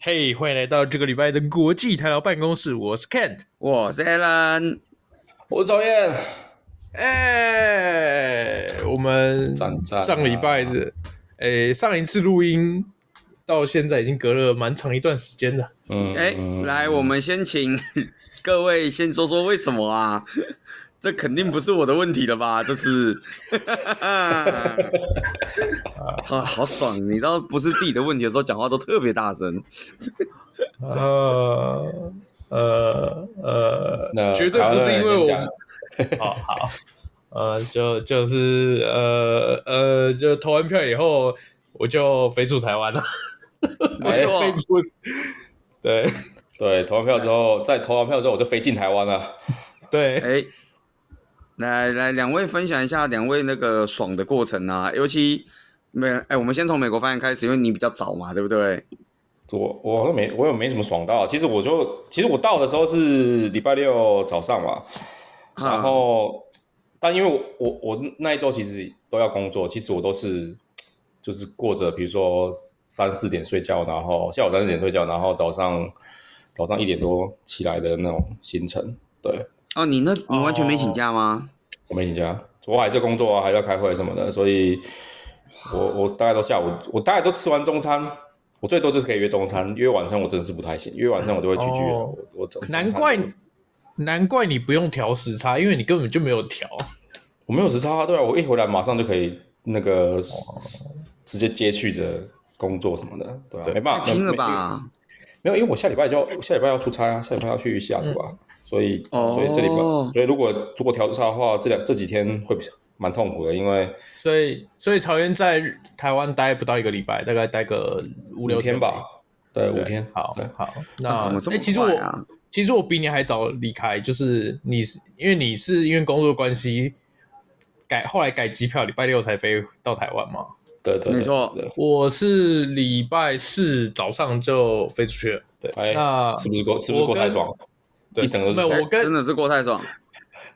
嘿欢迎来到这个礼拜的国际台劳办公室，我是 Kent。我是 Alan，我是赵燕，哎、我们赞赞啊上礼拜的，哎、上一次录音到现在已经隔了蛮长一段时间了。嗯哎、来，我们先请 各位先说说为什么啊？这肯定不是我的问题了吧？这 是，好好爽！你知道不是自己的问题的时候，讲话都特别大声。呃呃那呃，绝对台湾不是人因为先我讲们， 好好，呃，就就是呃呃，就投完票以后，我就飞出台湾 了， 没错，飞出，对哎对，投完票之后，在投完票之后我就飞进台湾了。对，哎、来来，两位分享一下两位那个爽的过程啊，尤其美，哎、我们先从美国发言开始，因为你比较早嘛，对不对？我我好像没我也没什么爽到，啊其实我就其实我到的时候是礼拜六早上嘛，啊然后但因为我我我那一周其实都要工作，其实我都是就是过着比如说三四点睡觉，然后下午三四点睡觉，然后早上早上一点多起来的那种行程。对，哦，你那你完全没请假吗？我没请假，我还在工作啊，还在开会什么的，所以我我大概都下午，我大概都吃完中餐，我最多就是可以约中餐，约晚餐我真的是不太行，约晚餐我就会拒绝、哦我我中难怪中餐难怪你不用调时差，因为你根本就没有调。我没有时差啊，对啊，我一回来马上就可以那个哦直接接续着工作什么的，对啊，对没办法，拼了没吧！没有，因为我下礼拜就要下礼拜要出差啊，下礼拜要去西雅图嗯啊，所以哦所以这礼拜，所以如果如果调差的话，这两这几天会比较蛮痛苦的，因为所以，所以曹源在台湾待不到一个礼拜，大概待个五五六天吧，，对，对五天，好对，好，那那怎么这么哎其实快我、啊其实我比你还早离开，就是你是因为你是因为工作关系改后来改机票，礼拜六才飞到台湾嘛。对对，没错对对我是礼拜四早上就飞出去了。对，哎那是不是过是不是我过太跟爽？对一整个都是没有爽我跟真的是过太爽。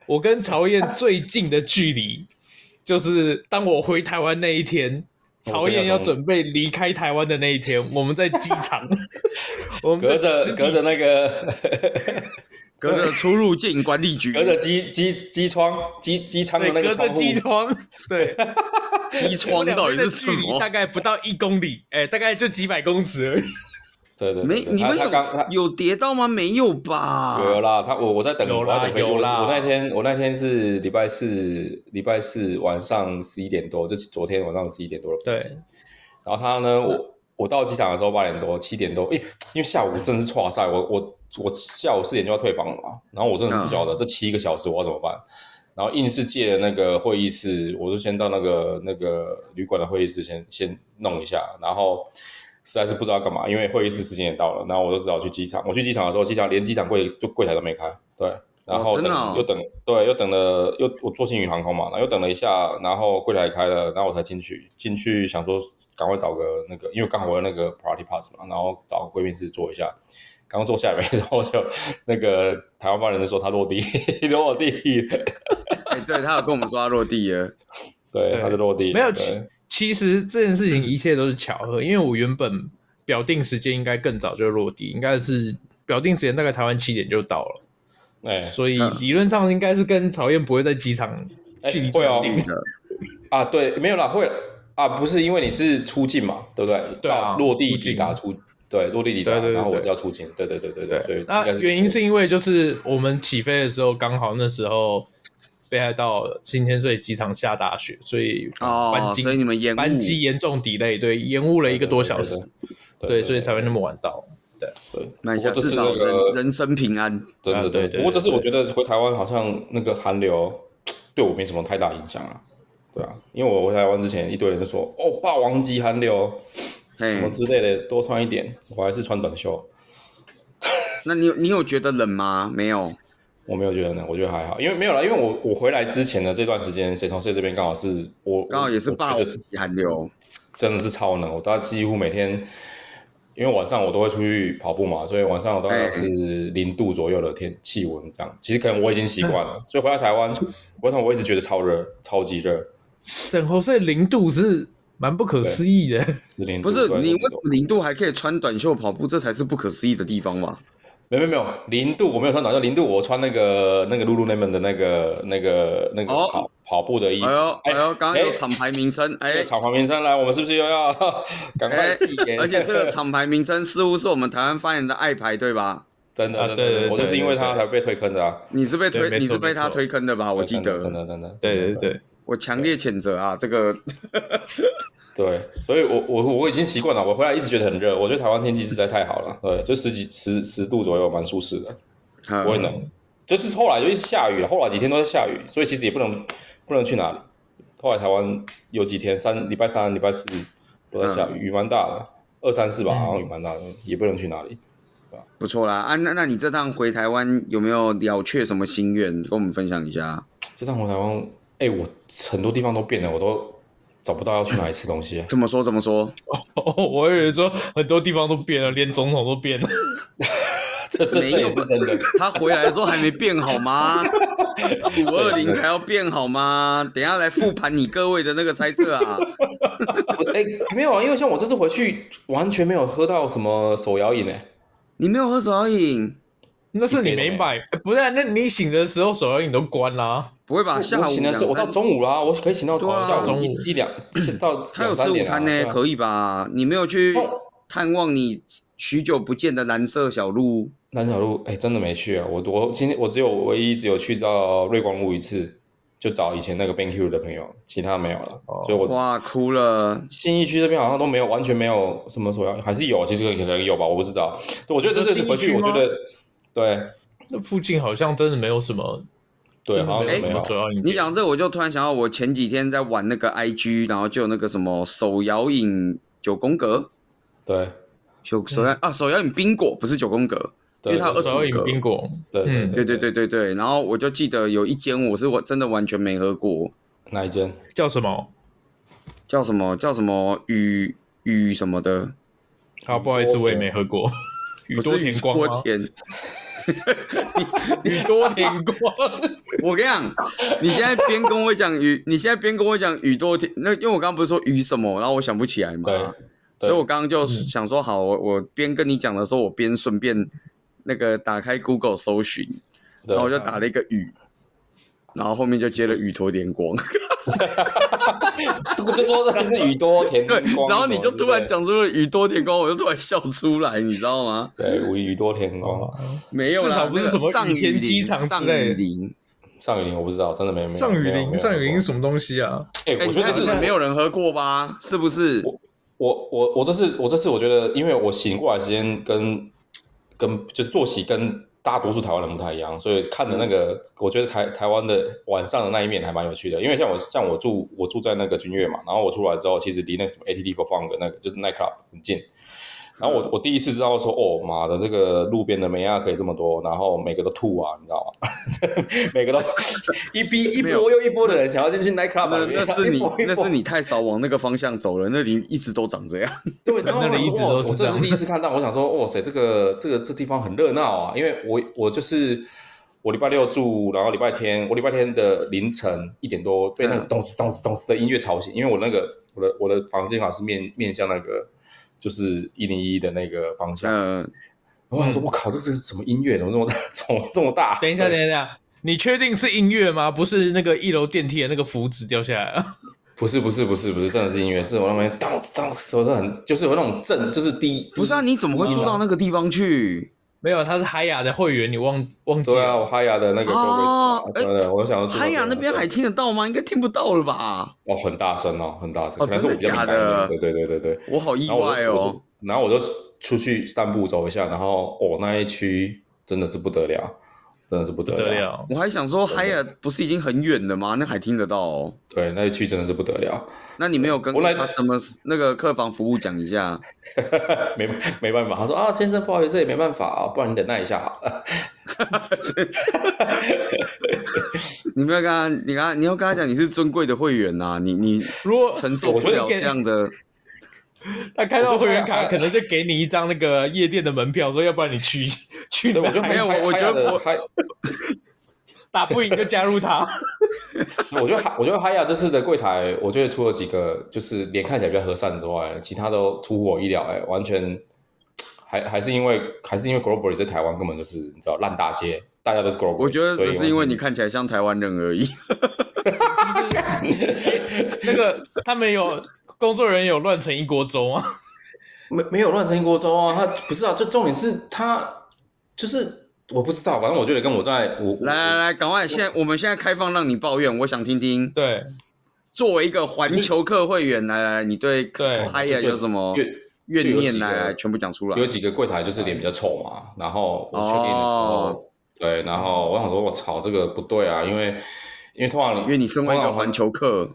我跟曹燕最近的距离，就是当我回台湾那一天，哦曹燕要准备离开台湾的那一天，我们在机场， 我们隔在实着体隔着那个隔着出入境管理局，隔着机机机窗机机舱的对那个隔着窗户，机窗，对，机我窗们两到边底的是什距离么大？概不到一公里，哎，大概就几百公尺而已。对对，对没，对你他们他刚他啊有啊有跌到吗？没有吧？有啦，他我我在等，有我啦在等飞机有啦我我那天我那天是礼拜四，礼拜四晚上十一点多，就是昨天晚上十一点多的飞机对。然后他呢，我我到机场的时候八点多，七点多，诶，因为下午真的是跨赛，我我我下午四点就要退房了嘛，然后我真的是不晓得、这七个小时我要怎么办，然后硬是借了那个会议室，我就先到那个那个旅馆的会议室先先弄一下，然后实在是不知道干嘛，因为会议室时间也到了，然后我就只好去机场。我去机场的时候，机场连机场柜就柜台都没开，对，然后真等、的哦又等对又等了又我坐星宇航空嘛，然后又等了一下，然后柜台开了，然后我才进去，进去想说赶快找个那个，因为刚好我有那个 party pass 嘛，然后找个贵宾室坐一下。刚刚坐下来没，然后就那个台湾发言人就说他落地 落地了，哎、对他有跟我们说他落地了。对，对他就落地了。没有对其其实这件事情一切都是巧合，因为我原本表定时间应该更早就落地，应该是表定时间大概台湾七点就到了。哎所以嗯理论上应该是跟曹燕不会在机场哎距离会较哦近记得啊，对，没有啦，会啊，不是因为你是出境嘛，对不对？对啊到落地出境抵达出，对，落地抵达，对对对然后我对是要出境，对对对对对，所以应那该是原因是因为就是我们起飞的时候刚好那时候北海道新千岁机场下大雪，所以啊哦班，机、所以你们延误。班机严重 delay，对，延误了一个多小时，，对对，所以才会那么晚到。对。那一不过下这至是少那人个人生平安。真啊的对真对的，不过这对是我对觉得回台湾好像那个寒流对我没什么太大影响啊，对啊，因为我回台湾之前一堆人就说哦，霸王级寒流什么嘿，之类的，多穿一点，我还是穿短袖。那你有你有觉得冷吗？没有。我没有觉得冷，我觉得还好，因为没有啦，因为我我回来之前的这段时间，沈同事这边刚好是我刚好也是我我霸觉王得是级寒流，真的是超冷，我大概几乎每天，因为晚上我都会出去跑步嘛，所以晚上我大哎概是零度左右的天气温这样。其实可能我已经习惯嗯了，所以回到台湾，我想我一直觉得超热，超级热。沈侯岁零度是蛮不可思议的。十零度不是对你10为度什么零度还可以穿短袖跑步，这才是不可思议的地方吧？没有没有没有零度，我没有穿短袖，零度我穿那个那个露露那边的那个那个那个哦跑跑步的衣服。哎呦哎哎呦，刚刚有哎厂牌名称，哎哎，厂房名称来，我们是不是又要 赶快哎寄给？而且这个厂牌名称似乎是我们台湾发言的爱牌，对吧？真的啊真对对的，我就对是因对为他对才被推坑的啊！你是被对没错推，你是被没他错推坑的吧？我记真得，的真的，对对真的对，我强烈谴责啊！这个 对，所以我我我已经习惯了，我回来一直觉得很热，我觉得台湾天气实在太好了，对，就十几十十度左右，蛮舒适的，不会嗯冷。就是后来就是下雨了，后来几天都在下雨，所以其实也不能不能去哪里。后来台湾有几天，三礼拜三、礼拜四都在下雨，雨蛮大的，二三四吧，好像雨蛮大的，也不能去哪里。不错啦啊！那那你这趟回台湾有没有了却什么心愿？跟我们分享一下。这趟回台湾，哎、我很多地方都变了，我都找不到要去哪里吃东 西。怎么说？怎么说？哦， 我以为说很多地方都变了，连总统都变了。 这这没这有也是真的。他回来的时候还没变好吗？五二零才要变好吗？等一下来复盘你各位的那个猜测啊！ 我哎、没有啊，因为像我这次回去完全没有喝到什么手摇饮诶、欸你没有喝手摇饮？那是你没买，哎不是啊、那你醒的时候手摇饮都关啦、不会吧？下我午醒的时候，我到两三中午啦，我可以醒到对啊下午中一午一两到他有两吃三午点啊。餐呢对，啊可以吧？你没有去哦探望你许久不见的蓝色小鹿，南小路哎、真的没去啊！我我今天我只有唯一只有去到瑞光路一次，就找以前那个 BenQ 的朋友，其他没有了。哦所以我哇，哭了。新义区这边好像都没有，完全没有什么手摇饮，还是有，其实可能有吧，我不知道。我觉得这次回去，你说信义我觉区吗得对那附近好像真的没有什么，对，真的好没像有没什有么。手摇饮。你讲这，我就突然想到，我前几天在玩那个 IG，然后就有那个什么手摇饮九宫格，哎对手手摇、啊手摇饮冰果不是九宫格，因对为它有二十手摇饮五个。冰果，对嗯对对，对对对，然后我就记得有一间我是我真的完全没喝过，哪一间？叫什么？叫什么叫什么雨雨什么的，好，不好意思，我也没喝过。宇不多是田雨光多吗？田。 宇多田光，我跟你讲，你现在边跟我讲雨，你现在边跟我讲雨多天，那因为我刚刚不是说雨什么，然后我想不起来嘛，对，对嗯所以我刚刚就想说，好，我我边跟你讲的时候，我边顺便那个打开 Google 搜寻，对然后我就打嗯了一个雨，然后后面就接了雨头点光，我就说 这是宇多田对光，， 然后你就突然对讲出了雨多点光，我就突然笑出来，你知道吗？对宇宇多田光哦 没有至啦少，不是那个什么上雨天雨机林场之上类雨的林，上雨林我不知道，真的没没有上雨没有没林，有上雨林是什么东西啊？哎，哎，我你觉看你得这们是没有人喝过吧？是不是？我我我这次我这次我觉得，因为我醒过来时间跟跟就是作息跟大多数台湾人不太一样，所以看的那个，我觉得台台湾的晚上的那一面还蛮有趣的。因为像我像我住我住在那个君悦嘛，然后我出来之后，其实离那个什么 ATD for Fun 的那个就是 night club 很近。然嗯后我我第一次知道说，哦妈的，这个路边的梅亚可以这么多，然后每个都吐啊，你知道吗？ 每个都一逼一波又一波的人想要进去 night club，啊那那是 一你波一那波是你太少往那个方向走了，那里一直都长这 样。对，然后那里一我哦直都我是我这这样是第一次看到，我想说，哦哇塞，这个这个这地方很热闹啊！因为我我就是我礼拜六住，然后礼拜天我礼拜天的凌晨一点多被那个嗯咚哧咚哧咚哧的音乐吵醒，因为我那个我的我的房间好像是面面向那个就是一零一的那个方向，嗯，然后我想说，我靠，这是什么音乐？怎么这么大？ 怎么这么大？等一下，等一下，你确定是音乐吗？不是那个一楼电梯的那个符纸掉下来啊了？不是不是不是不是，真的是音乐，是我那边咚哧咚哧，我是很就是有那种震，就是低，不是啊，你怎么会住嗯到那个地方去？ 没有，啊他是海雅的会员，你忘忘记对啊，了？我哈雅的那个哦哎 Go Go Go，对，啊我想要住海雅那边还听得到吗？应该听不到了吧？哦，很大声哦，很大声，哦可能是我比较真敏的假感的的，对对对对对。我好意然后我外就哦。，我就然后我就出去散步走一下，然后哦，那一区真的是不得了，真的是不得不了，得了，我还想说，海雅不是已经很远了吗？那还听得到哦。对，那一区真的是不得了， 那你没有跟我来他什么那个客房服务讲一下？没没办法，他说啊，先生，不好意思，这也没办法啊，不然你忍耐一下好了。 你没有跟他，你跟他，你要跟他讲你是尊贵的会员呐、你你如果承受不了这样的。他开到会员卡，我说啊可能就给你一张那个夜店的门票，说要不然你去 去对，那我边就嗨没有我我觉得我还打不赢就加入 他。我觉得哈，我觉得哈亚这次的柜台，我觉得除了几个就是脸看起来比较和善之外，其他都出乎我意料、哎，完全还还是因为还是因为 Global 在台湾根本就是你知道烂大街，大家都是 Global。我觉得所以只是因为完全你看起来像台湾人而已。是不是？ 那个他们有工作人员有乱成一锅粥啊？没没有乱成一锅粥啊，他不是啊，就重点是他就是我不知道，反正我觉得跟我在我来来来，赶快！现在我们现在开放让你抱怨，我想听听。 对，作为一个环球客会员，来来，你对对嗨呀就有什么就怨就有念？几个来来，全部讲出来有。几个柜台就是脸比较臭嘛，然后我确定的时候，哦对，然后我想说，我操，这个不对啊，因为因为通常因为你身为一通个常环球客，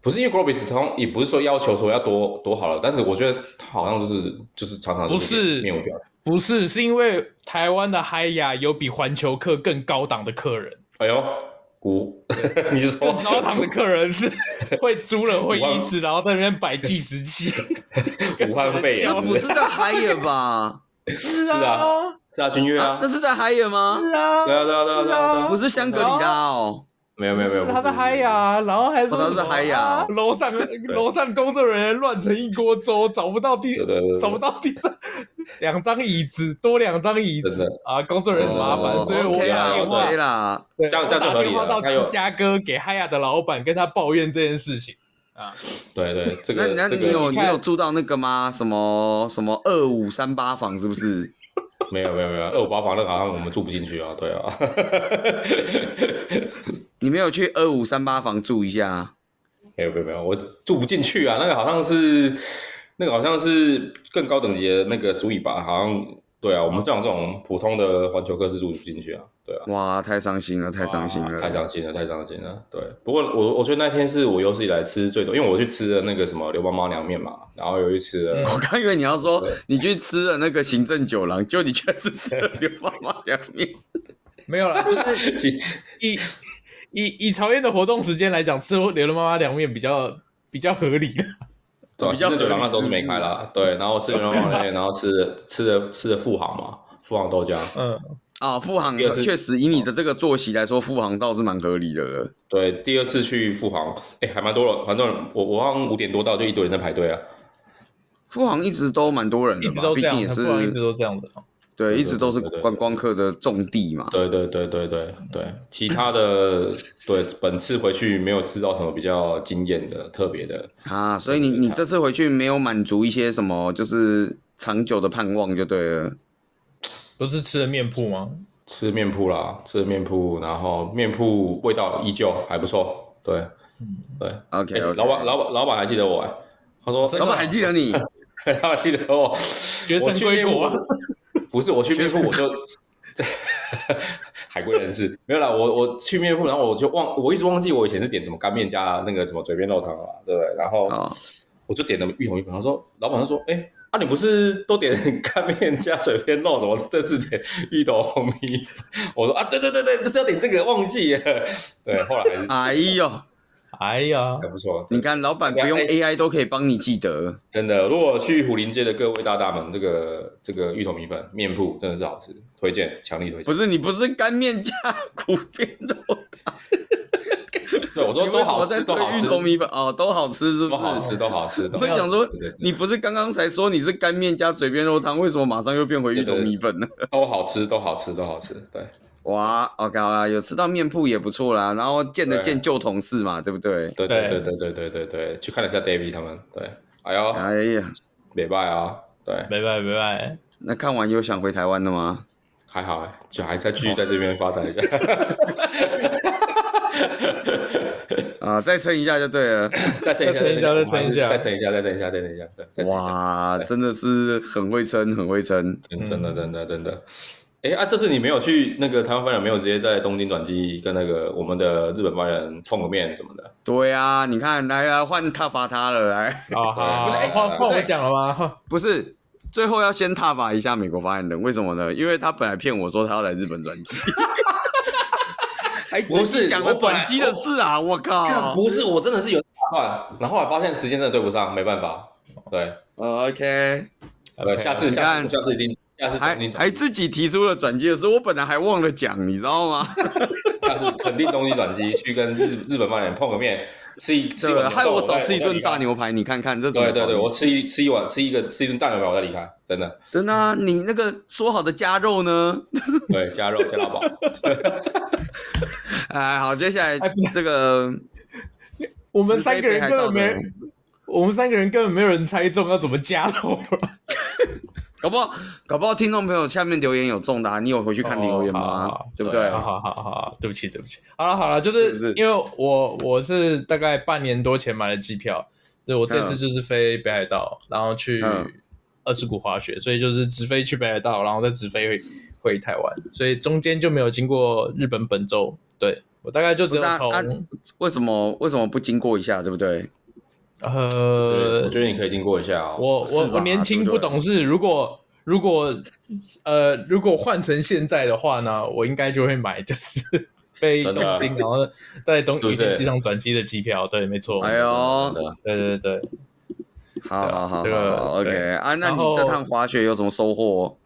不是因为 Grobis 通也不是说要求说要多多好了，但是我觉得他好像就是就是常常就不是脸面无表情。不是，是因为台湾的嗨雅有比环球客更高档的客人，哎呦，五，你是说更高档的客人 是会租了会医师，然后在那边摆计时器。武汉肺跟炎那我不们是在嗨呀吧？是 是啊，是啊，君越啊啊，那是在嗨呀吗？是啊，对啊对啊对啊是对啊对啊不是香格里拉哦，没有没有没有，不他在不嗨呀，然后还说哦他是什么嗨呀啊楼上楼上工作人员乱成一锅粥，找不到地对对对对找不到地上两张椅子，多两张椅子真的啊，工作人员很麻烦，哦所以我 OK 打啦电话，OK 啦，对这样我这样就打合理电话了到他有芝加哥给嗨雅的老板，跟他抱怨这件事 情啊，对对，这那个那这你有个你你看有住到那个吗？什么什么二五三八房是不是？没有没有没有，二五八房那个好像我们住不进去啊，对啊，你没有去二五三八房住一下？没有没有没有，我住不进去啊，那个好像是那个好像是更高等级的那个苏以吧，好像对啊，我们这种这种普通的环球客是住不进去啊，对啊。哇，太伤心了，太伤心太了。伤心了，太伤心了。对，不过我我觉得那天是我有史以来吃最多，因为我去吃了那个什么刘妈妈凉面嘛，然后有一次了我刚以为你要说你去吃了那个行政酒廊，就你居然是吃了刘妈妈凉面。没有啦， 就是其实以以以朝鲜的活动时间来讲，吃刘了妈妈凉面比较比较合理的，对啊，比其较实酒廊那时候是合理没开啦，对，然后我吃牛肉拉面，然后吃的吃的吃的富航嘛，富航豆浆，嗯， 啊，富航第二次确实以你的这个作息来说，富航倒是蛮合理的了。对，第二次去富航，哎，还蛮多人，蛮多人，我我好像五点多到，就一堆人在排队啊，富航一直都蛮多人 一的直吧，都毕这样竟，也很是不好一直都这样子。哦对，对一直都是对对对观光客的重地嘛。对对对对对对，其他的对，本次回去没有吃到什么比较惊艳的、特别的，啊，所以你你这次回去没有满足一些什么，就是长久的盼望就对了。不是吃了面铺吗？吃面铺啦，吃面铺，然后面铺味道依旧还不错，对，嗯对 OK 诶 OK，老板老板老板还记得我、诶他说真老的板还记得你， 他记得我，绝我尘去归面国部，不是我去面部我就 海归人士没有啦，我我去面部，然后我就忘，我一直忘记我以前是点什么干面加那个什么嘴边肉汤啊，对不对？然后哦我就点了芋头鱼粉，他说老板他说，哎、啊，你不是都点干面加嘴边肉，怎么这次点芋头米粉？我说啊，对对对对，就是要点这个，忘记了。对，后来还是哎呦，哎呀还，不错，你看老板不用 AI 都可以帮你记得，真的，如果去虎林街的各位大大们，这个这个芋头米粉面铺真的是好吃，推荐，强力推不荐。是你不是干面加苦边肉，对，我你都为都什么好在吃，推都好芋吃，头米粉哦，都好吃是不都好是？吃，都好吃，都我好吃。想说对对对，你不是刚刚才说你是干面加嘴边肉汤，为什么马上又变回芋头米粉呢？都好吃，都好吃，都好吃。对，哇，OK 好啦，有吃到面铺也不错啦，然后见了对见旧同事嘛，对不对？对对对对对对对对对，去看了一下 David 他们，对，哎呦，哎呀，美拜啊，对，拜拜拜拜。那看完有想回台湾的吗？还好哎，就还在继续在这边发展 一下。啊，再撑一下就对了。再撑一下，再撑一下我们再撑一下还是再撑一下，再撑一下，再撑一下，对，再撑一下，哇，真的是很会撑，很会撑。嗯真真的真的真的。哎啊，这次你没有去那个台湾发展，没有直接在东京转机，跟那个我们的日本发人碰个面什么的。对啊，你看，来啊，换踏伐他了，来，哦，好，不是哎换换我对讲了吗？哈不是，最后要先踏伐一下美国发言人，为什么呢？因为他本来骗我说他要来日本转 机，还哎不是讲了我本来转机的事啊！我干靠不是，我真的是有打算，然后后来发现时间真的对不上，没办法。对呃，OK，对，OK，下次你下看次下次一定下次还肯定还自己提出了转机的事，我本来还忘了讲，你知道吗？下次肯定东西转机，去跟日日本曼联碰个面，吃一吃一对，碗，害我少吃一顿再炸。牛排，你看看这怎么对对对，好意我思吃一吃一碗吃一个吃一顿大牛排，我再离开，真的。真的啊，你那个说好的加肉呢？ 对，加肉加到饱，哎，好，接下来哎不这个我我们三个人根本没人，我们三个人根本没有人猜中要怎么加喽。搞不好，搞不好听众朋友下面留言有中的、啊，你有回去看留言哦好吗？好好啊对不对？好好好好，对不起对不起。好了好了，就是不是是因为我我是大概半年多前买的机票，所以我这次就是飞北海道，然后去嗯二世谷滑雪，所以就是直飞去北海道，然后再直飞回回台湾，所以中间就没有经过日本本州。对我大概就只有不是啊从、啊为什么为什么不经过一下，对不对？呃我觉得你可以经过一下哦。我是我吧我年轻不懂事，如果如果呃如果换成现在的话呢，我应该就会买就是飞真东的啊京，然后在东是不羽是田机场转机的机票。对，没错。哎呦，好真的对对对，对好好好这个好对，OK 啊，那然你后这趟滑雪有什么收获？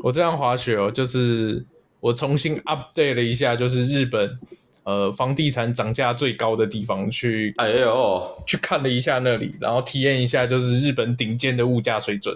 我这样滑雪哦，就是我重新 update 了一下，就是日本呃房地产涨价最高的地方去哎呦，去看了一下那里，然后体验一下就是日本顶尖的物价水准。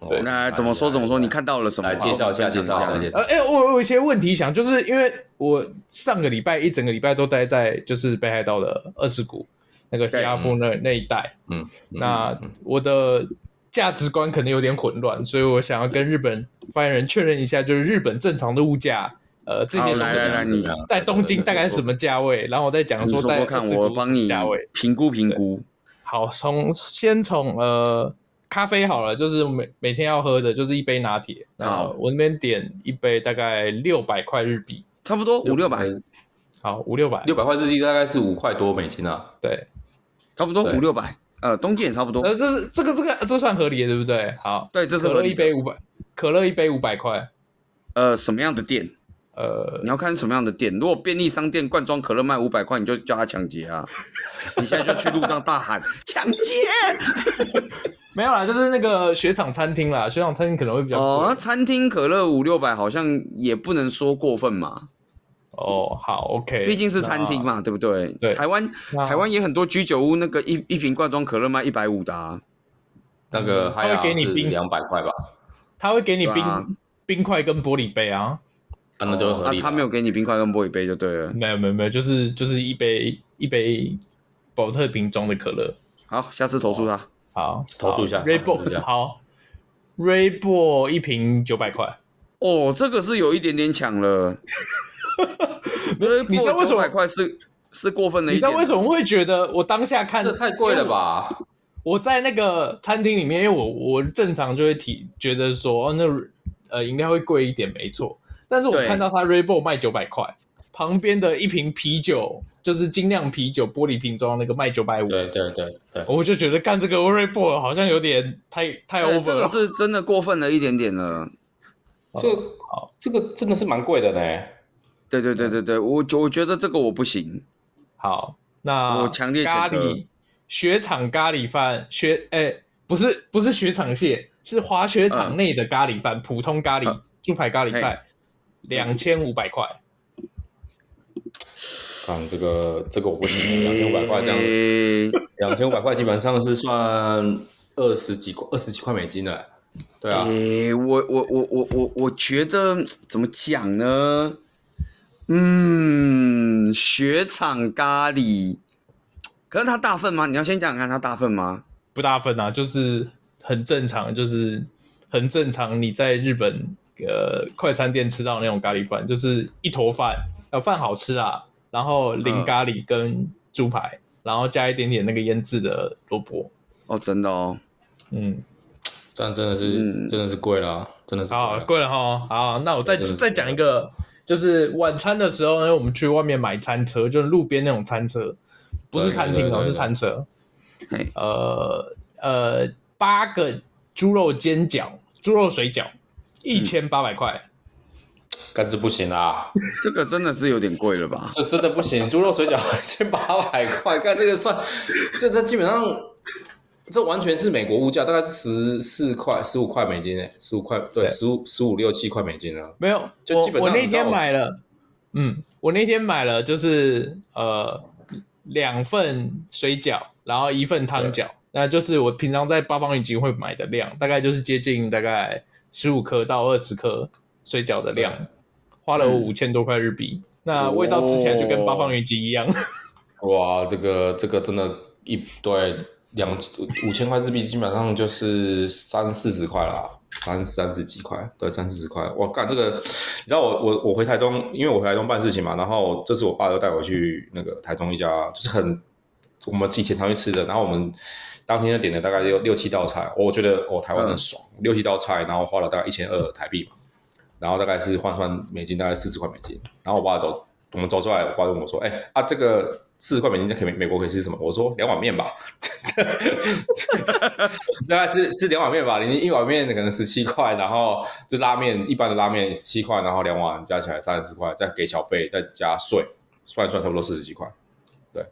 哦对那怎哎么说怎么说？你看到了什么？来介绍一下，介绍一下，介绍呃，。哎、我我有一些问题想，就是因为我上个礼拜一整个礼拜都待在就是北海道的二世谷那个黑对亚夫那那一带，嗯，那我的价值观可能有点混乱，所以我想要跟日本发言人确认一下，就是日本正常的物价，呃，这嗯些好来来来你在东京大概是什么价位，然后我再讲你说在说看二，世谷我是帮什么你价位。评估评估。好，从先从呃咖啡好了，就是每每天要喝的就是一杯拿铁。好那我那边点一杯大概六百块日币，差不多五六百，好五六百，六百块日币大概是五块多美金啊。对，差不多对五六百，呃，东京也差不多呃，。这是这个这个这算合理的，对不对？好，对，这是可合乐理一的。杯五百，可乐一杯五百块，呃，什么样的店？呃，你要看什么样的店。如果便利商店罐装可乐卖五百块，你就叫他抢 劫啊！你现在就去路上大喊抢劫！没有啦，就是那个雪场餐厅啦，雪场餐厅可能会比较哦，那贵。餐厅可乐五六百好像也不能说过分嘛，哦，好，OK，毕竟是餐厅嘛，嘛，对不对？对台湾那台湾也很多居酒屋，那个一一瓶罐装可乐卖一百五的啊。那个嗯还要两百块吧，他会给你对冰啊冰块跟玻璃杯啊，啊，那就合啊理。，他没有给你冰块跟玻璃杯就对了。没有没有没有，就是就是一杯一杯保特瓶装的可乐。好，下次投诉他。好，投诉一下 r a y 投诉一 b 下 o 好 r a y b o 一瓶九百块，哦，这个是有一点点 抢了。因为你知道为什么900块是是过分了你一知点道？为什么会觉得我当下看这太贵了？吧？我在那个餐厅里面，因为我我正常就会提觉得说，哦，那呃饮料会贵一点，没错。但是我对看到他 r a y b o 卖九百块，旁边的一瓶啤酒就是精酿啤酒玻璃瓶装那个卖九百五，对对对对，我就觉得干这个 r a y b o 好像有点太太对 over 这个了。是真的过分了一点点了。哦这这个真的是蛮贵的呢。对对对对对，我觉我觉得这个我不行。好，那我强烈咖谴责喱雪场咖喱饭，雪哎、不是不是雪场蟹，是滑雪场内的咖喱饭，普通咖啊喱、猪排咖喱饭，两千五百块。看这个这个我不行，两千五百块哎这样，诶、两千五百块基本上是算二十几块二十几块美金的。对啊，诶、我我我我我我觉得怎么讲呢？嗯，雪场咖喱，可是它大份吗？你要先讲讲看它大份吗？不大分啊，就是很正常，就是很正常。你在日本呃快餐店吃到那种咖喱饭，就是一坨饭，呃饭好吃啊，然后淋嗯咖喱跟猪排，然后加一点点那个腌制的萝卜，哦，真的哦，嗯。这样真的是真的是贵了，真的是好，贵了哈。好，那我再对对对再讲一个，就是晚餐的时候呢，我们去外面买餐车，就是路边那种餐车，不是餐厅对哦，对对对是餐车嘿。呃呃，八个猪肉煎饺、猪肉水饺，一千八百块。干这不行啦，这个真的是有点贵了吧？这真的 不行，猪肉水饺一千八百块，干这个算，这这基本上这完全是美国物价，大概是十四块、十五块美金诶、欸十五块对，对十五十五六七块美金啊。没有，就基本我我上那你知道天我买了，嗯，我那天买了就是呃两份水饺，然后一份汤饺，那就是我平常在八方云集会买的量，大概就是接近大概十五颗到二十颗水饺的量对，嗯哦花了我五千多块日币。那味道吃起来就跟八方云集一样， 哇，这个这个真的一，对两五千块日币，基本上就是三四十块啦，三三十几块，对，三四十块。我干这个，你知道我我我回台中，因为我回台中办事情嘛，然后这次我爸就带我去那个台中一家，就是很我们以前常去吃的，然后我们当天就点了大概六六七道菜，我觉得我、哦、台湾很爽，六七道菜，然后花了大概一千二台币嘛，然后大概是换算美金大概四十块美金，然后我爸走，我们走出来，我爸就问我说：“哎、啊，这个四十块美金在美美国可以吃什么？”我说：“两碗面吧。” 大概是吃两碗面吧，你一碗面可能十七块，然后就拉面一般的拉面十七块，然后两碗加起来三十块，再给小费，再加税，算一算差不多四十几块。真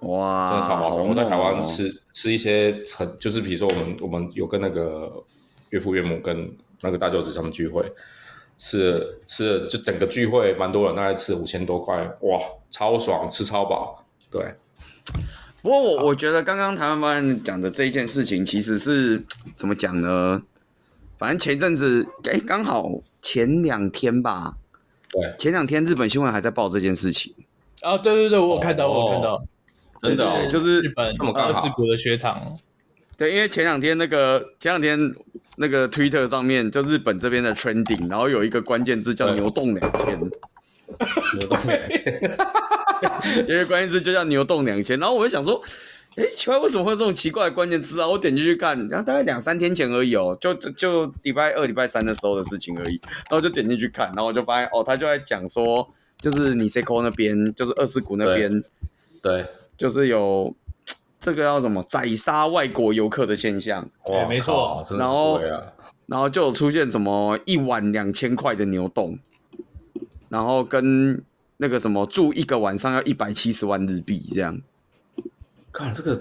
哇，的超划好算。啊我在台猛湾哦吃吃一些很，就是比如说我们我们有跟那个岳父岳母跟那个大舅子他们聚会，吃了吃了就整个聚会蛮多人，大概吃五千多块，哇，超爽，吃超饱。对，不过我我觉得刚刚台湾方面讲的这一件事情，其实是怎么讲呢？反正前阵子，哎、刚好前两天吧，对，前两天日本新闻还在报这件事情，啊，对对对，我有看到，哦我有看到，真的、对哦对，就是日本这么刚二好世国的雪场，对，因为前两天那个前两天那个 Twitter 上面就日本这边的 trending，然后有一个关键字叫对牛洞两千， 流动美有一个关键字就叫牛洞两千，然后我就想说。哎，奇怪，为什么会有这种奇怪的关键字啊？我点进去看，然后大概两三天前而已哦，就就就礼拜二、礼拜三的时候的事情而已。然后我就点进去看，然后我就发现哦，他就在讲说，就是你 C 口那边，就是二世谷那边， 对，就是有这个要什么宰杀外国游客的现象。对哇，没错靠真的然后是贵啊。然后就有出现什么一碗两千块的牛冻，然后跟那个什么住一个晚上要一百七十万日币这样。看这个，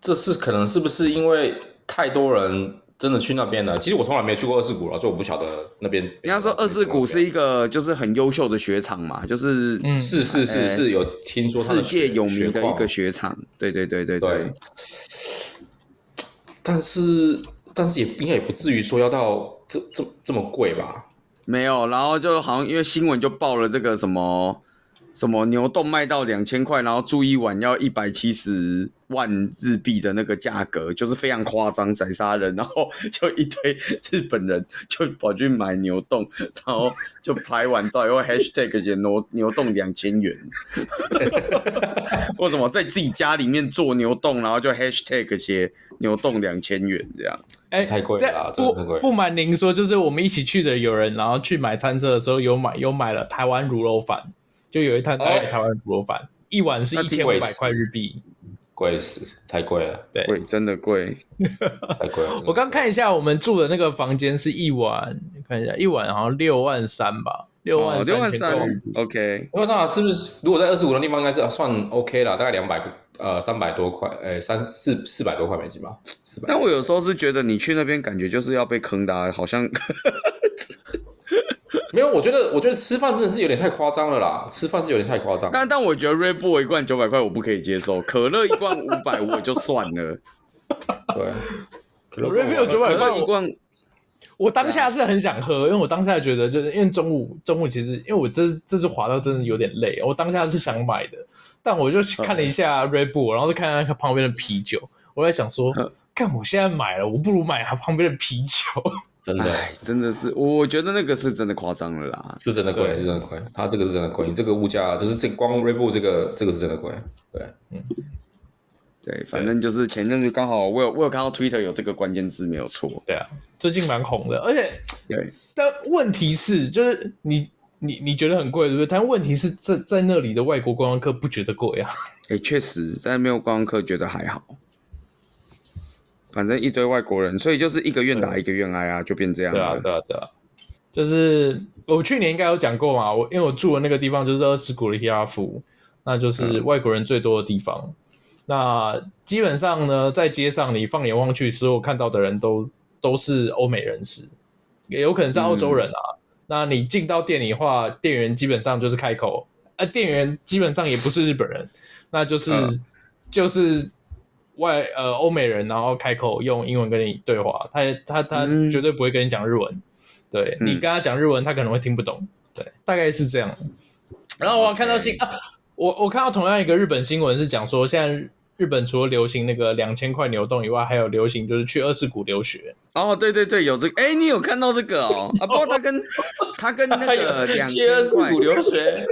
这是可能是不是因为太多人真的去那边了？其实我从来没有去过二世谷了，所以我不晓得那边。人家说二世谷是一个就是很优秀的雪场嘛，就是嗯，是是哎是是有听说它世的界有名的一个雪雪场。对对对对对对，矿，但是但是也应该也不至于说要到这这这么贵吧？没有。然后就好像因为新闻就报了这个什么什么牛冻卖到两千块，然后住一晚要一百七十万日币的那个价格，就是非常夸张，宰杀人。然后就一堆日本人就跑去买牛冻，然后就拍完照以后 hashtag 写牛牛冻两千元。 为什么在自己家里面做牛冻，然后就 hashtag 写牛冻两千元这样？哎，太贵了啦这真的不太贵了不瞒您说，就是我们一起去的有人，然后去买餐车的时候有买有买了台湾卤肉饭，就有一摊哦买台湾卤肉饭，一碗是那一挺千五贵百死块日币。贵死，太贵 了，对贵，真的贵。太贵了。我刚看一下，我们住的那个房间是一晚，看一下一晚好像六万三吧，六哦，万六万千块日三币。 ，OK。因为那是不是如果在二十五的地方应该是算 OK 啦，大概两百呃三百多块，哎三四四百多块美金吧，四百。但我有时候是觉得你去那边感觉就是要被坑的啊、好像没有，我觉得我觉得吃饭真的是有点太夸张了啦，吃饭是有点太夸张。但但我觉得 Red Bull 一罐九百块我不可以接受，可乐一罐五 百我也就算了，对，可我 review 九百可块乐一罐我当下是很想喝，因为我当下觉得就是因为中午中午其实因为我这这次滑到真的有点累，我当下是想买 的，但我就看了一下 Red Bull，然后就看了看旁边的啤酒，我在想说嗯，干我现在买了，我不如买旁边的啤酒。真的哎，真的是，我我觉得那个是真的夸张了啦。是真的贵，是真的贵，它这个是真的贵，你这个物价就是这光 r e b o 这个这个是真的贵，对，啊对，反正就是前阵子刚好我有我有看到 Twitter 有这个关键字没有错，对啊， 最近蛮红的，而且对，但问题是，就是你你你觉得很贵，对不对？但问题是在在那里的外国观光客不觉得贵啊。哎，确实，但没有观光客觉得还好，反正一堆外国人，所以就是一个愿打一个愿挨啊，就变这样对啊，了。对啊，对啊。就是我去年应该有讲过嘛，我嗯因为我住的那个地方就是二世古里亚夫，那就是外国人最多的地方。那基本上呢，在街上你放眼望去，所有看到的人都都是欧美人士，也有可能是澳洲人啊。嗯那你进到店里的话，店员基本上就是开口，啊，店员基本上也不是日本人，那就是、嗯就是外呃欧美人，然后开口用英文跟你对话，他他他嗯绝对不会跟你讲日文，对你嗯跟他讲日文，他可能会听不懂，对，大概是这样。然后我看到新啊，我我看到同样一个日本新闻是讲说，现在日本除了流行那个两千块牛洞以外，还有流行就是去二世谷留学，哦，对对对，有这个，哎，你有看到这个哦？啊，不过他跟他跟那个两千接二四块五 留学，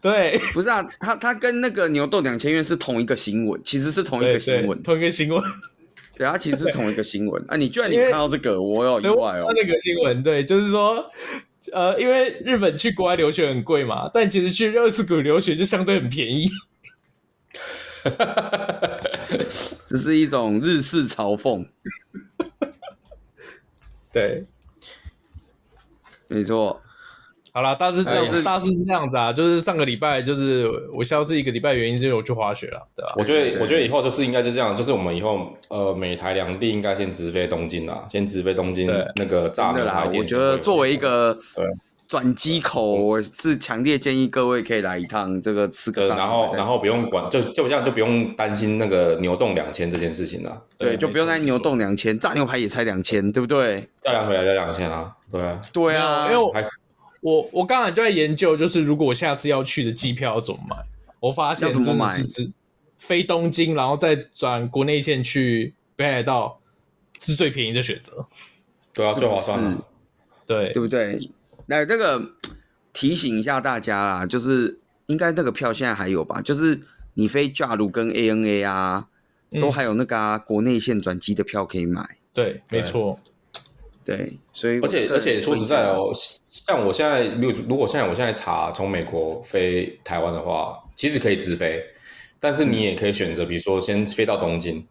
对，不是啊，他他跟那个牛豆两千元是同一个新闻，其实是同一对个对新闻，同一个新闻，对，他其实是同一个新闻。啊，你居然你因为看到这个，我有意对，我外看哦到。那个新闻，对，就是说，呃，因为日本去国外留学很贵嘛，但其实去二世谷留学就相对很便宜。这是一种日式嘲讽，对，没错。好啦，大致这哎样，大致是这样子啊，就是上个礼拜，就是我消失一个礼拜，的原因是因为我去滑雪了，对吧、我觉对得，我觉得以后就是应该就这样，就是我们以后呃，美台两地应该先直飞东京啦，先直飞东京对那个炸真牛的啦排，店。我觉得作为一个对转机口，我是强烈建议各位可以来一趟这个吃对，个炸然后排然后不用管，就就这样就不用担心那个牛洞两千这件事情了，对，就不用再牛洞两千，炸牛排也才两千，对不对？再量回来就两千啊，对啊，对啊，因为我还我我刚才就在研究，就是如果我下次要去的机票要怎么买，我发现要怎么真的买是只飞东京，然后再转国内线去北海道是最便宜的选择。对啊，是最划不算是啊，对对，不对？那这个提醒一下大家啦，就是应该这个票现在还有吧？就是你飞 JAL 跟 ANA 啊，嗯都还有那个、啊国内线转机的票可以买。对，没错，对，所以我而且个而人且说推实在荐的，哦，像我现在如果如果现在我现在查从美国飞台湾的话，其实可以直飞，但是嗯你也可以选择，比如说先飞到东京，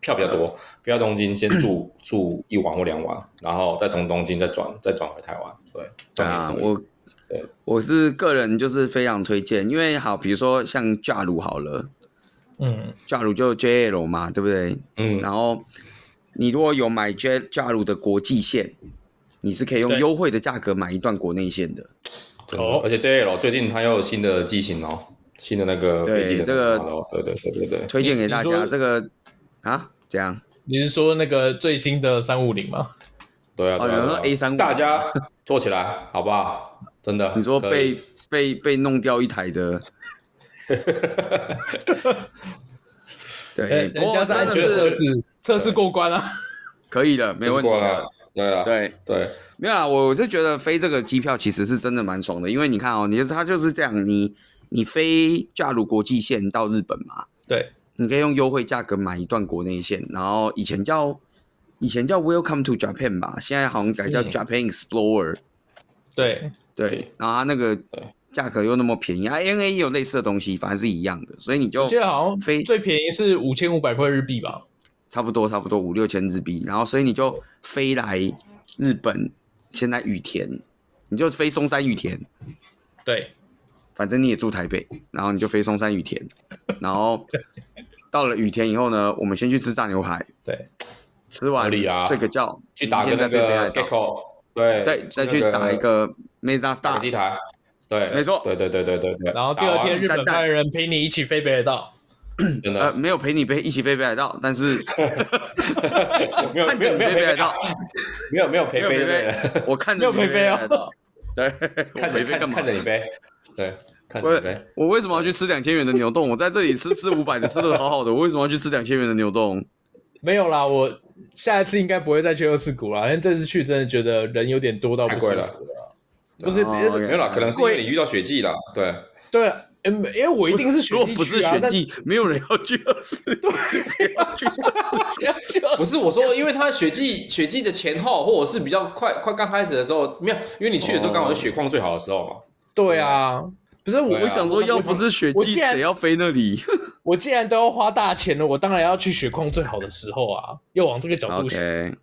票比较嗯多，飞到东京先住住一晚或两晚，然后再从东京再转再转回台湾，对，这样啊也，可以我对我是个人就是非常推荐，因为好，比如说像 JAL 好了嗯， ，JAL 就 JL 嘛，对不对？嗯，然后你如果有买 J JAL 的国际线，你是可以用对优惠的价格买一段国内线的。真的哦而且 JL 最近它又有新的机型哦，新的那个飞机对的这个 model，对对对对对，推荐给大你家说这个啊，怎样？你是说那个最新的三五零吗？对啊，哦对啊有对那啊 A35 大家做起来好不好？真的，你说可以被被被弄掉一 台的，哎对，人不家在过真安的全测是试测试过关啊。 可以的，没问题过的了。，对啊，对，对，没有啦，啊我我是觉得飞这个机票其实是真的蛮爽的，因为你看哦，你就是它就是这样，你你飞假如国际线到日本嘛，对，你可以用优惠价格买一段国内线，然后以前叫以前叫 Welcome to Japan 吧，现在好像改叫嗯 Japan Explorer，、对，对对，然后它那个对价格又那么便宜啊，N A 也有类似的东西，反正是一样的，所以你就我记得好像飞最便宜是五千五百块日币吧？差不多差不多五六千日币，然后所以你就飞来日本，先来羽田，你就飞松山羽田，对，反正你也住台北，然后你就飞松山羽田，然后到了羽田以后呢，我们先去吃炸牛排，对，吃完合理啊睡个觉，去打明个天那再飞北海个道， Gecko，对对，再去那打一个 Mesa 打 Star，机台，对，没错对对对对对对。然后第二天日打完本派人陪你一起飞北海道，打完真呃，的没有陪你飞一起飞北海道，但是 呃看着你飞北海没有没有没有陪道，没有没有陪没有飞陪对飞， 我看没着有你陪飞飞北哦 海道，对，我看陪着飞干看嘛？看着你飞，对，看着我你飞，我为什么要去吃两千元的牛洞？我在这里吃吃五百的吃的好好的，我为什么要去吃两千元的牛洞？没有啦，我下一次应该不会再去二次谷啦，因为这次去真的觉得人有点多到不太舒服贵了了。不是，哦因为 OK 没有啦，可能是因为你遇到雪季啦，对，对，嗯，因为我一定是雪如果季不是去啊，雪但季，没有人要去二十，谁要去二不要去不是我说，因为它雪季雪季的前后，或者是比较快快刚开始的时候，没有，因为你去的时候刚好是雪况最好的时候嘛， 对啊，不是我对我啊想说，要不是雪我季，既然谁要飞那里我既然都要花大钱了，我当然要去雪况最好的时候啊，要往这个角度想。 ？OK，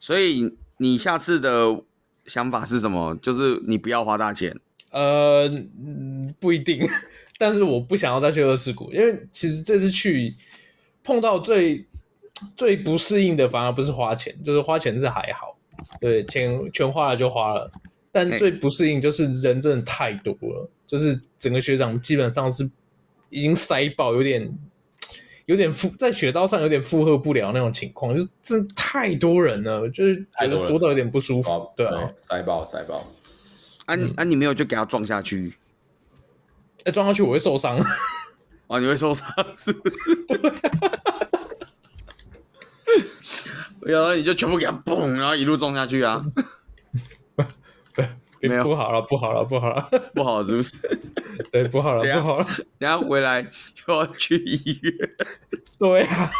所以你下次的想法是什么？就是你不要花大钱，呃，嗯不一定， 但是我不想要再去二世谷，因为其实这次去碰到最最不适应的，反而不是花钱，就是花钱是还好，对，钱全花了就花了。但嘿最不适应就是人真的太多了，就是整个学长基本上是已经塞爆，有点有点负在雪道上有点负荷不了那种情况，就是真的太多人了，就是觉太多人得了哦多到有点不舒服哦好，，对啊。，塞爆塞爆，啊你啊你没有就给他撞下去，哎、撞上去我会受伤。哦你会受伤是不是？ 然后你就全部给他嘣，然后一路撞下去啊，别没有不好了，不好了，不好了， 不好是不是？对，不好了，对啊不好了，等一下回来又要去医院。对啊，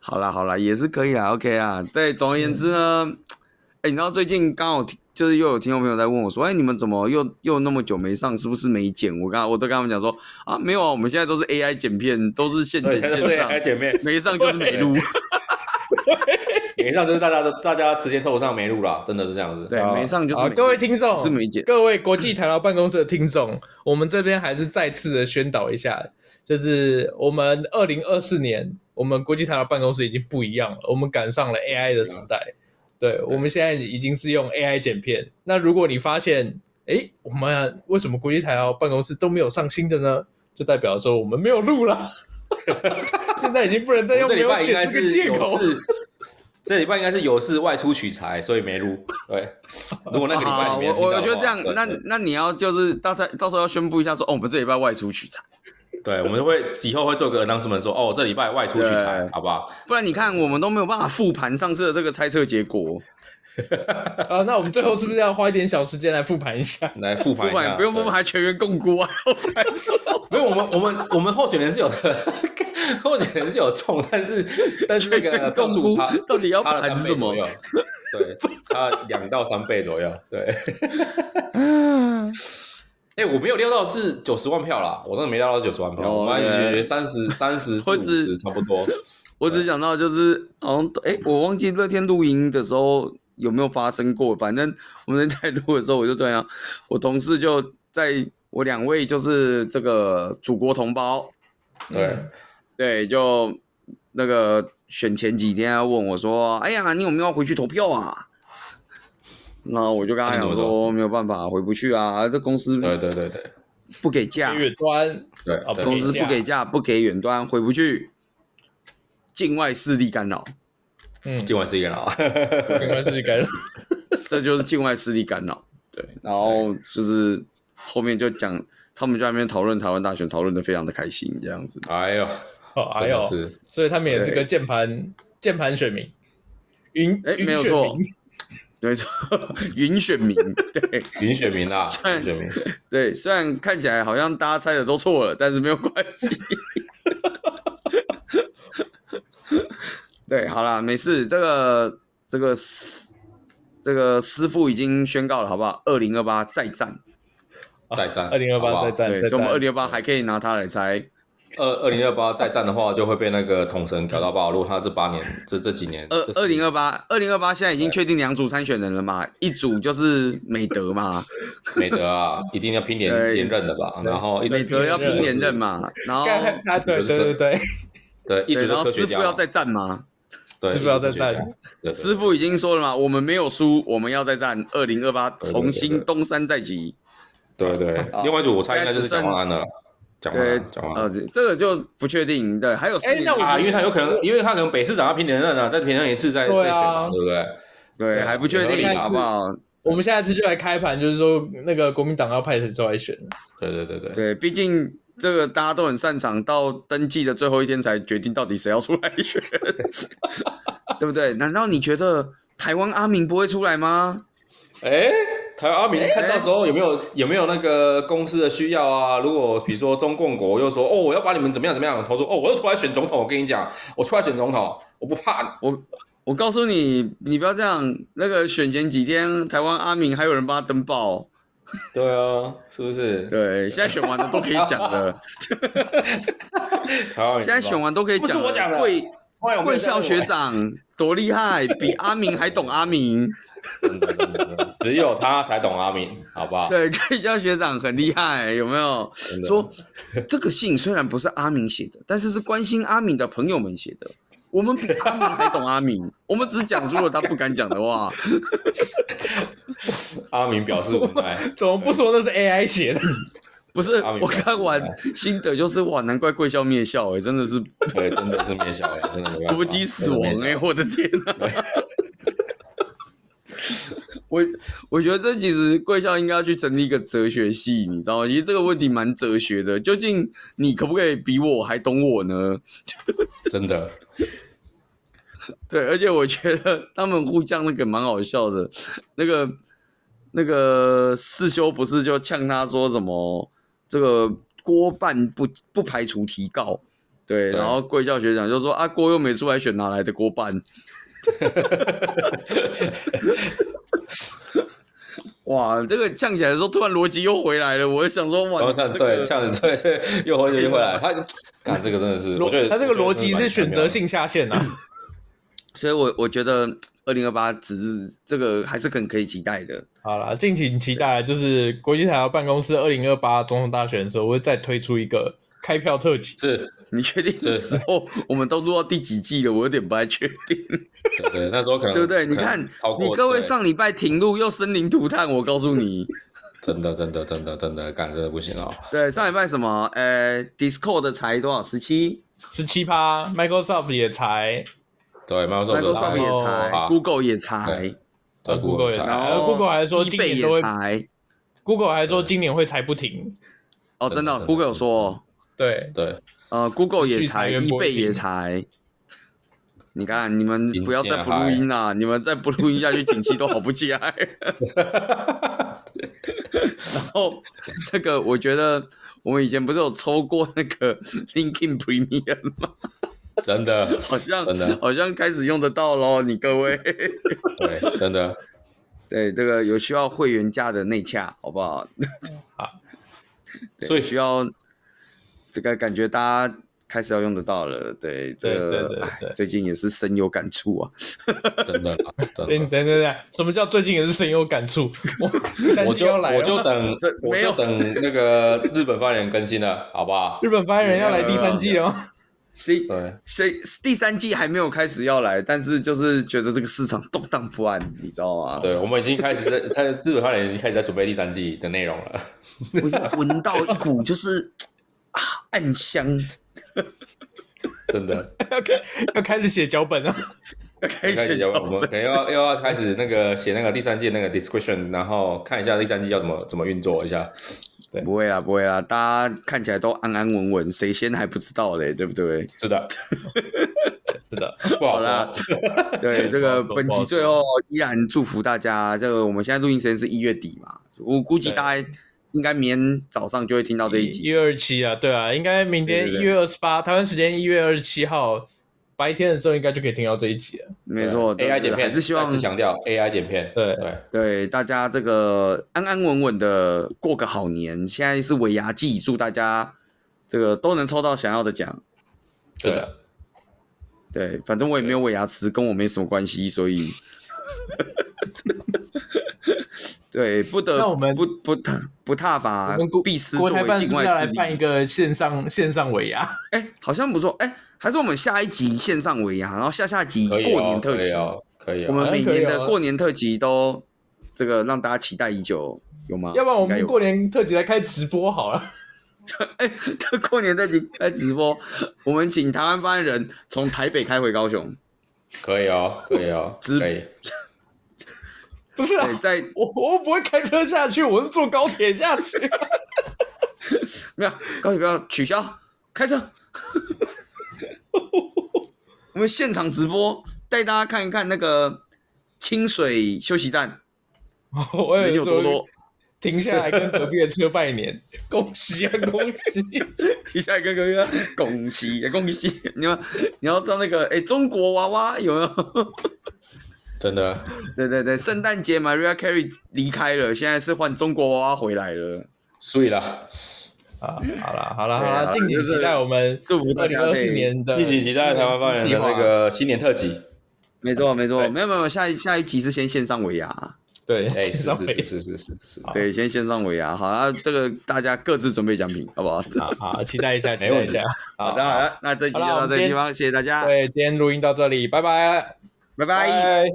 好啦好啦，也是可以啦，OK 啊。对，总而言之呢，哎、你知道最近刚好听就是又有听众朋友在问我说，哎、你们怎么又又那么久没上？是不是没剪？我刚我都跟他们讲说啊，没有啊，我们现在都是 AI 剪片，都是现剪 对，现对，上，还姐妹，没上就是没录。演员上就是大家都大家时间凑不上没录啦，真的是这样子。对，哦好没上就是好没录各位听众是没剪各位国际台劳办公室的听众，我们这边还是再次的宣导一下，就是我们二零二四年，我们国际台劳办公室已经不一样了，我们赶上了 AI 的时代。对，我们现在已经是用 AI 剪片。那如果你发现，哎，我们为什么国际台劳办公室都没有上新的呢？就代表说我们没有录了。 现在已经不能再我用这没礼有拜应该剪这个是借有口。事，这礼拜应该是有事外出取材，所以没录。对，如果那个礼拜好，你没我有听到啊我我的话觉得这样对，那对那你要就是到时候到时候要宣布一下说，哦，我们这礼拜外出取材，对，我们会以后会做个 announcement 说，哦，这礼拜外出取材，对好不好？不然你看我们都没有办法复盘上次的这个猜测结果， 啊，那我们最后是不是要花一点小时间来复盘一下？来复复盘一下，盘不用复哎对盘，全员共估啊，要复盘什么？没有，我们我们我们候选人是有 的，候选人是有中，但是但是那个票共数估差到底要差了盘三什倍么左？右，对，差两到三倍左右，对。哎、我没有料到是九十万票啦，我真的没料到是九十万票，哦我们还以对为三十三十至我五只十差不多。我只想到就是好像哎、我忘记那天录音的时候有没有发生过，反正我们在录的时候，我就对啊，我同事就在我两位就是这个祖国同胞，对，嗯对，就那个选前几天他问我说：“哎呀，你有没有要回去投票啊？”然后我就跟他那你讲怎么说：“没有办法，回不去啊，这公司对对对 对啊不给假，远端对啊对不公司给假不给假，不给远端，回不去，境外势力干扰， 嗯，今晚是一个人啊，没关系，感这就是境外势力干扰。”对，然后就是后面就讲，他们就在那边讨论台湾大选，讨论的非常的开心，这样子。哎呦，好，哎 真呦的，是，所以他们也是个键盘键盘选民，云哎云没有选错民没错， 云选民，对。林雪 明啊，林雪明，对，虽然看起来好像大家猜的都错了，但是没有关系。对，好啦，没事，这个这个师这个师傅已经宣告了，好不好？二零二八再战，再战啊二零二好不八好再战，对，再所战以我们二零二八还可以拿它来猜。二二零二八再战的话，就会被那个统神搞到爆。如果他这八年这这几年，二这十二零年二八，二零二八现在已经确定两组参选人了嘛，一组就是美德嘛，美德啊，一定要拼连对连任的吧？然后一美德要拼连任嘛，嘛，然后干啊， 对就是对对对，对，对，一组然的后科师学傅家要嘛，再战嘛，对，师傅要一组的再科学战家，对对师傅已经说了嘛，我们没有输，我们要再战。二零二八对重新东山再起。对对好，另外一组我猜应该就是啊现在只剩蒋万安了，蒋万对安，蒋，万呃，安。这这个就不确定。对，还有四哎年那我啊，因为他有可能，因为他可能北市长要拼连任啊，再平任一次再对啊再选嘛，对不对？对啊还不确有理定，啊好不好？我们下一次就来开盘，就是说那个国民党要派谁出来 选，对对对对，对，毕竟这个大家都很擅长，到登记的最后一天才决定到底谁要出来 选，对不对？难道你觉得台湾阿明不会出来吗？哎，台湾阿明看到时候有没有有没有那个公司的需要啊？如果比如说中共国又说哦，我要把你们怎么样怎么样，他说哦，我要出来选总统，我跟你讲，我出来选总统，我不怕，我我告诉你，你不要这样。那个选前几天，台湾阿明还有人帮他登报。对啊，是不是？ 对，现在选完了都可以讲 了，台湾现在选完都可以讲了。不是我啊讲的贵贵 贵校学，长多厉害，比阿明还懂阿明。真的真的真的只有他才懂阿明，好不好？对，可以叫学长很厉害，有没有？的说这个信虽然不是阿明写的，但是是关心阿明的朋友们写的。我们比阿明还懂阿 明，我们只讲出了他不敢讲的话。阿明表示无奈，怎么不说那是 AI 写的？不是阿，明我比较看完厉心得就是哇，难怪贵校灭校哎、真的是对，真的是灭小了，真的 没办法，搏击死亡哎、哎、我的天呐！ 我我觉得这其实贵校应该要去成立一个哲学系，你知道吗？其实这个问题蛮哲学的，究竟你可不可以比我还懂我呢？真的，对，而且我觉得他们互呛那个蛮好笑的，那个那个四修不是就呛他说什么这个郭办不不排除提告，对，对然后贵校学长就说啊郭又没出来选，哪来的郭办？ 哇，这个呛起来的时候，突然逻辑又回来了，我就想说然哇，后这样这哦对，个这样子对对，又回又回来，他看这个真的是，我觉得他这个逻我觉得辑真的是蛮选择性下限 啊。所以我我觉得二零二八只是这个还是很可以期待的。好啦，敬请期待，就是国际台湾办公室二零二八总统大选的时候，我会再推出一个开票特辑。巧妙的，你确定的对时候，我们都录到第几季了？我有点不太确定，是，对对，那时候可能对不对？你可能看超，过你各位对上礼拜停录又生灵涂炭，我告诉你，真的真的真的真的干真的不行哦，对，上礼拜什么？呃，Discord 才多少？十七十七趴，Microsoft 也才，对，Microsoft 有，Microsoft 它也才啊，Google 也才，对 Google 也才才然呃后 Google 还说 eBay 今年都也会才， Google 还说今年会裁不停，哦，真的真的，Google 有说，哦对，对，呃，Google 也续才裁员不会，eBay 也停才。你看，你们不要再不录景气音啦！你们再不录音下去，景气都好不起来。然后这个我觉得我们以前不是有抽过那个 LinkedIn Premium，吗真的， 好像真的好像开始用得到咯，你各位。对，真的，对，这个有需要会员价的内洽，好不好？对所以需要这个感觉大家。开始要用得到了，对这对对个，对哎对，最近也是深有感触啊。真 等的，真的。等等等，什么叫最近也是深有感 触？我三我季就要来了我就等 这我没有就等那个日本发言人更新了，好不好日？本发言人要来第三季了吗？谁对，谁第三季还没有开始要来，但是就是觉得这个市场动荡不安，你知道吗？对，我们已经开始在，他日本发言人已经开始在准备第三季的内容了。我就闻到一股就是啊暗香，真的， 要开要开始写脚本了，开开始始要我们可能要又要开始那个写那个第三季那个 description，然后看一下第三季要怎么怎么运作一下。不会啦，不会啦，大家看起来都安安稳稳，谁先还不知道嘞，对不对？是的，是的，不好好啦说。对，这个不好说本不好集说最后依然祝福大家。这个我们现在录音时间是一月底嘛，我估计对大概应该明天早上就会听到这一一集。月二七啊，对啊，应该明天对一对对月二十八，台湾时间一月二十七号白天的时候，应该就可以听到这一集了。没错对啊，AI 对剪片还是希望再次强调 AI 剪片。对对，对大家这个安安稳稳的过个好年。现在是尾牙季，祝大家这个都能抽到想要的奖。是的，对，反正我也没有尾牙吃，跟我没什么关系，所以。对，不得那我们不不踏不踏法我们国啊必失国作台为办是境不外是要来势力。办一个线上线上啊尾牙？哎、好像不错。哎、还是我们下一集线上尾牙，然后下下集可过以哦年，特可辑，以哦，可以我哦。们每年好像可以的哦过年特辑都这个让大家期待已久，有吗？要不然我应该们有过年特辑来开直播好了。哎、这 过年特辑开直播，我们请台湾发言人从台北开回高雄，可以哦，可以 哦，直可以。不是啊，对，在我我又不会开车下去，我是坐高铁下 去。没有高铁票取消，开车， 我们现场直播带大家看一看那个清水休息站哦我人也有说多 多。停下来跟隔壁的车拜 年，恭喜啊恭喜！底下一个哥哥，恭喜恭喜！你要你要知道那个哎、诶中国娃娃有没有？ 真的，对对对，圣诞节 Maria Carey 离开了，现在是换中国娃娃回来了。所以啦，啊，好啦好啦对啊好啦，敬请就是期待我们祝福大二零家二可四以年的敬请期待台湾发言人的那个新年特辑。没错没错，对没有没有，下一下一集是先线上尾牙，对，哎，是稍是微是是是是是，对，先线上尾牙，好啊，这个大家各自准备奖品，好不好？啊好好期待一下，期没待问一题下。好的，好的，那这一集就好啦到我们这今天个地方，谢谢大家，对，今天录音到这里，拜拜，拜拜。。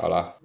好了。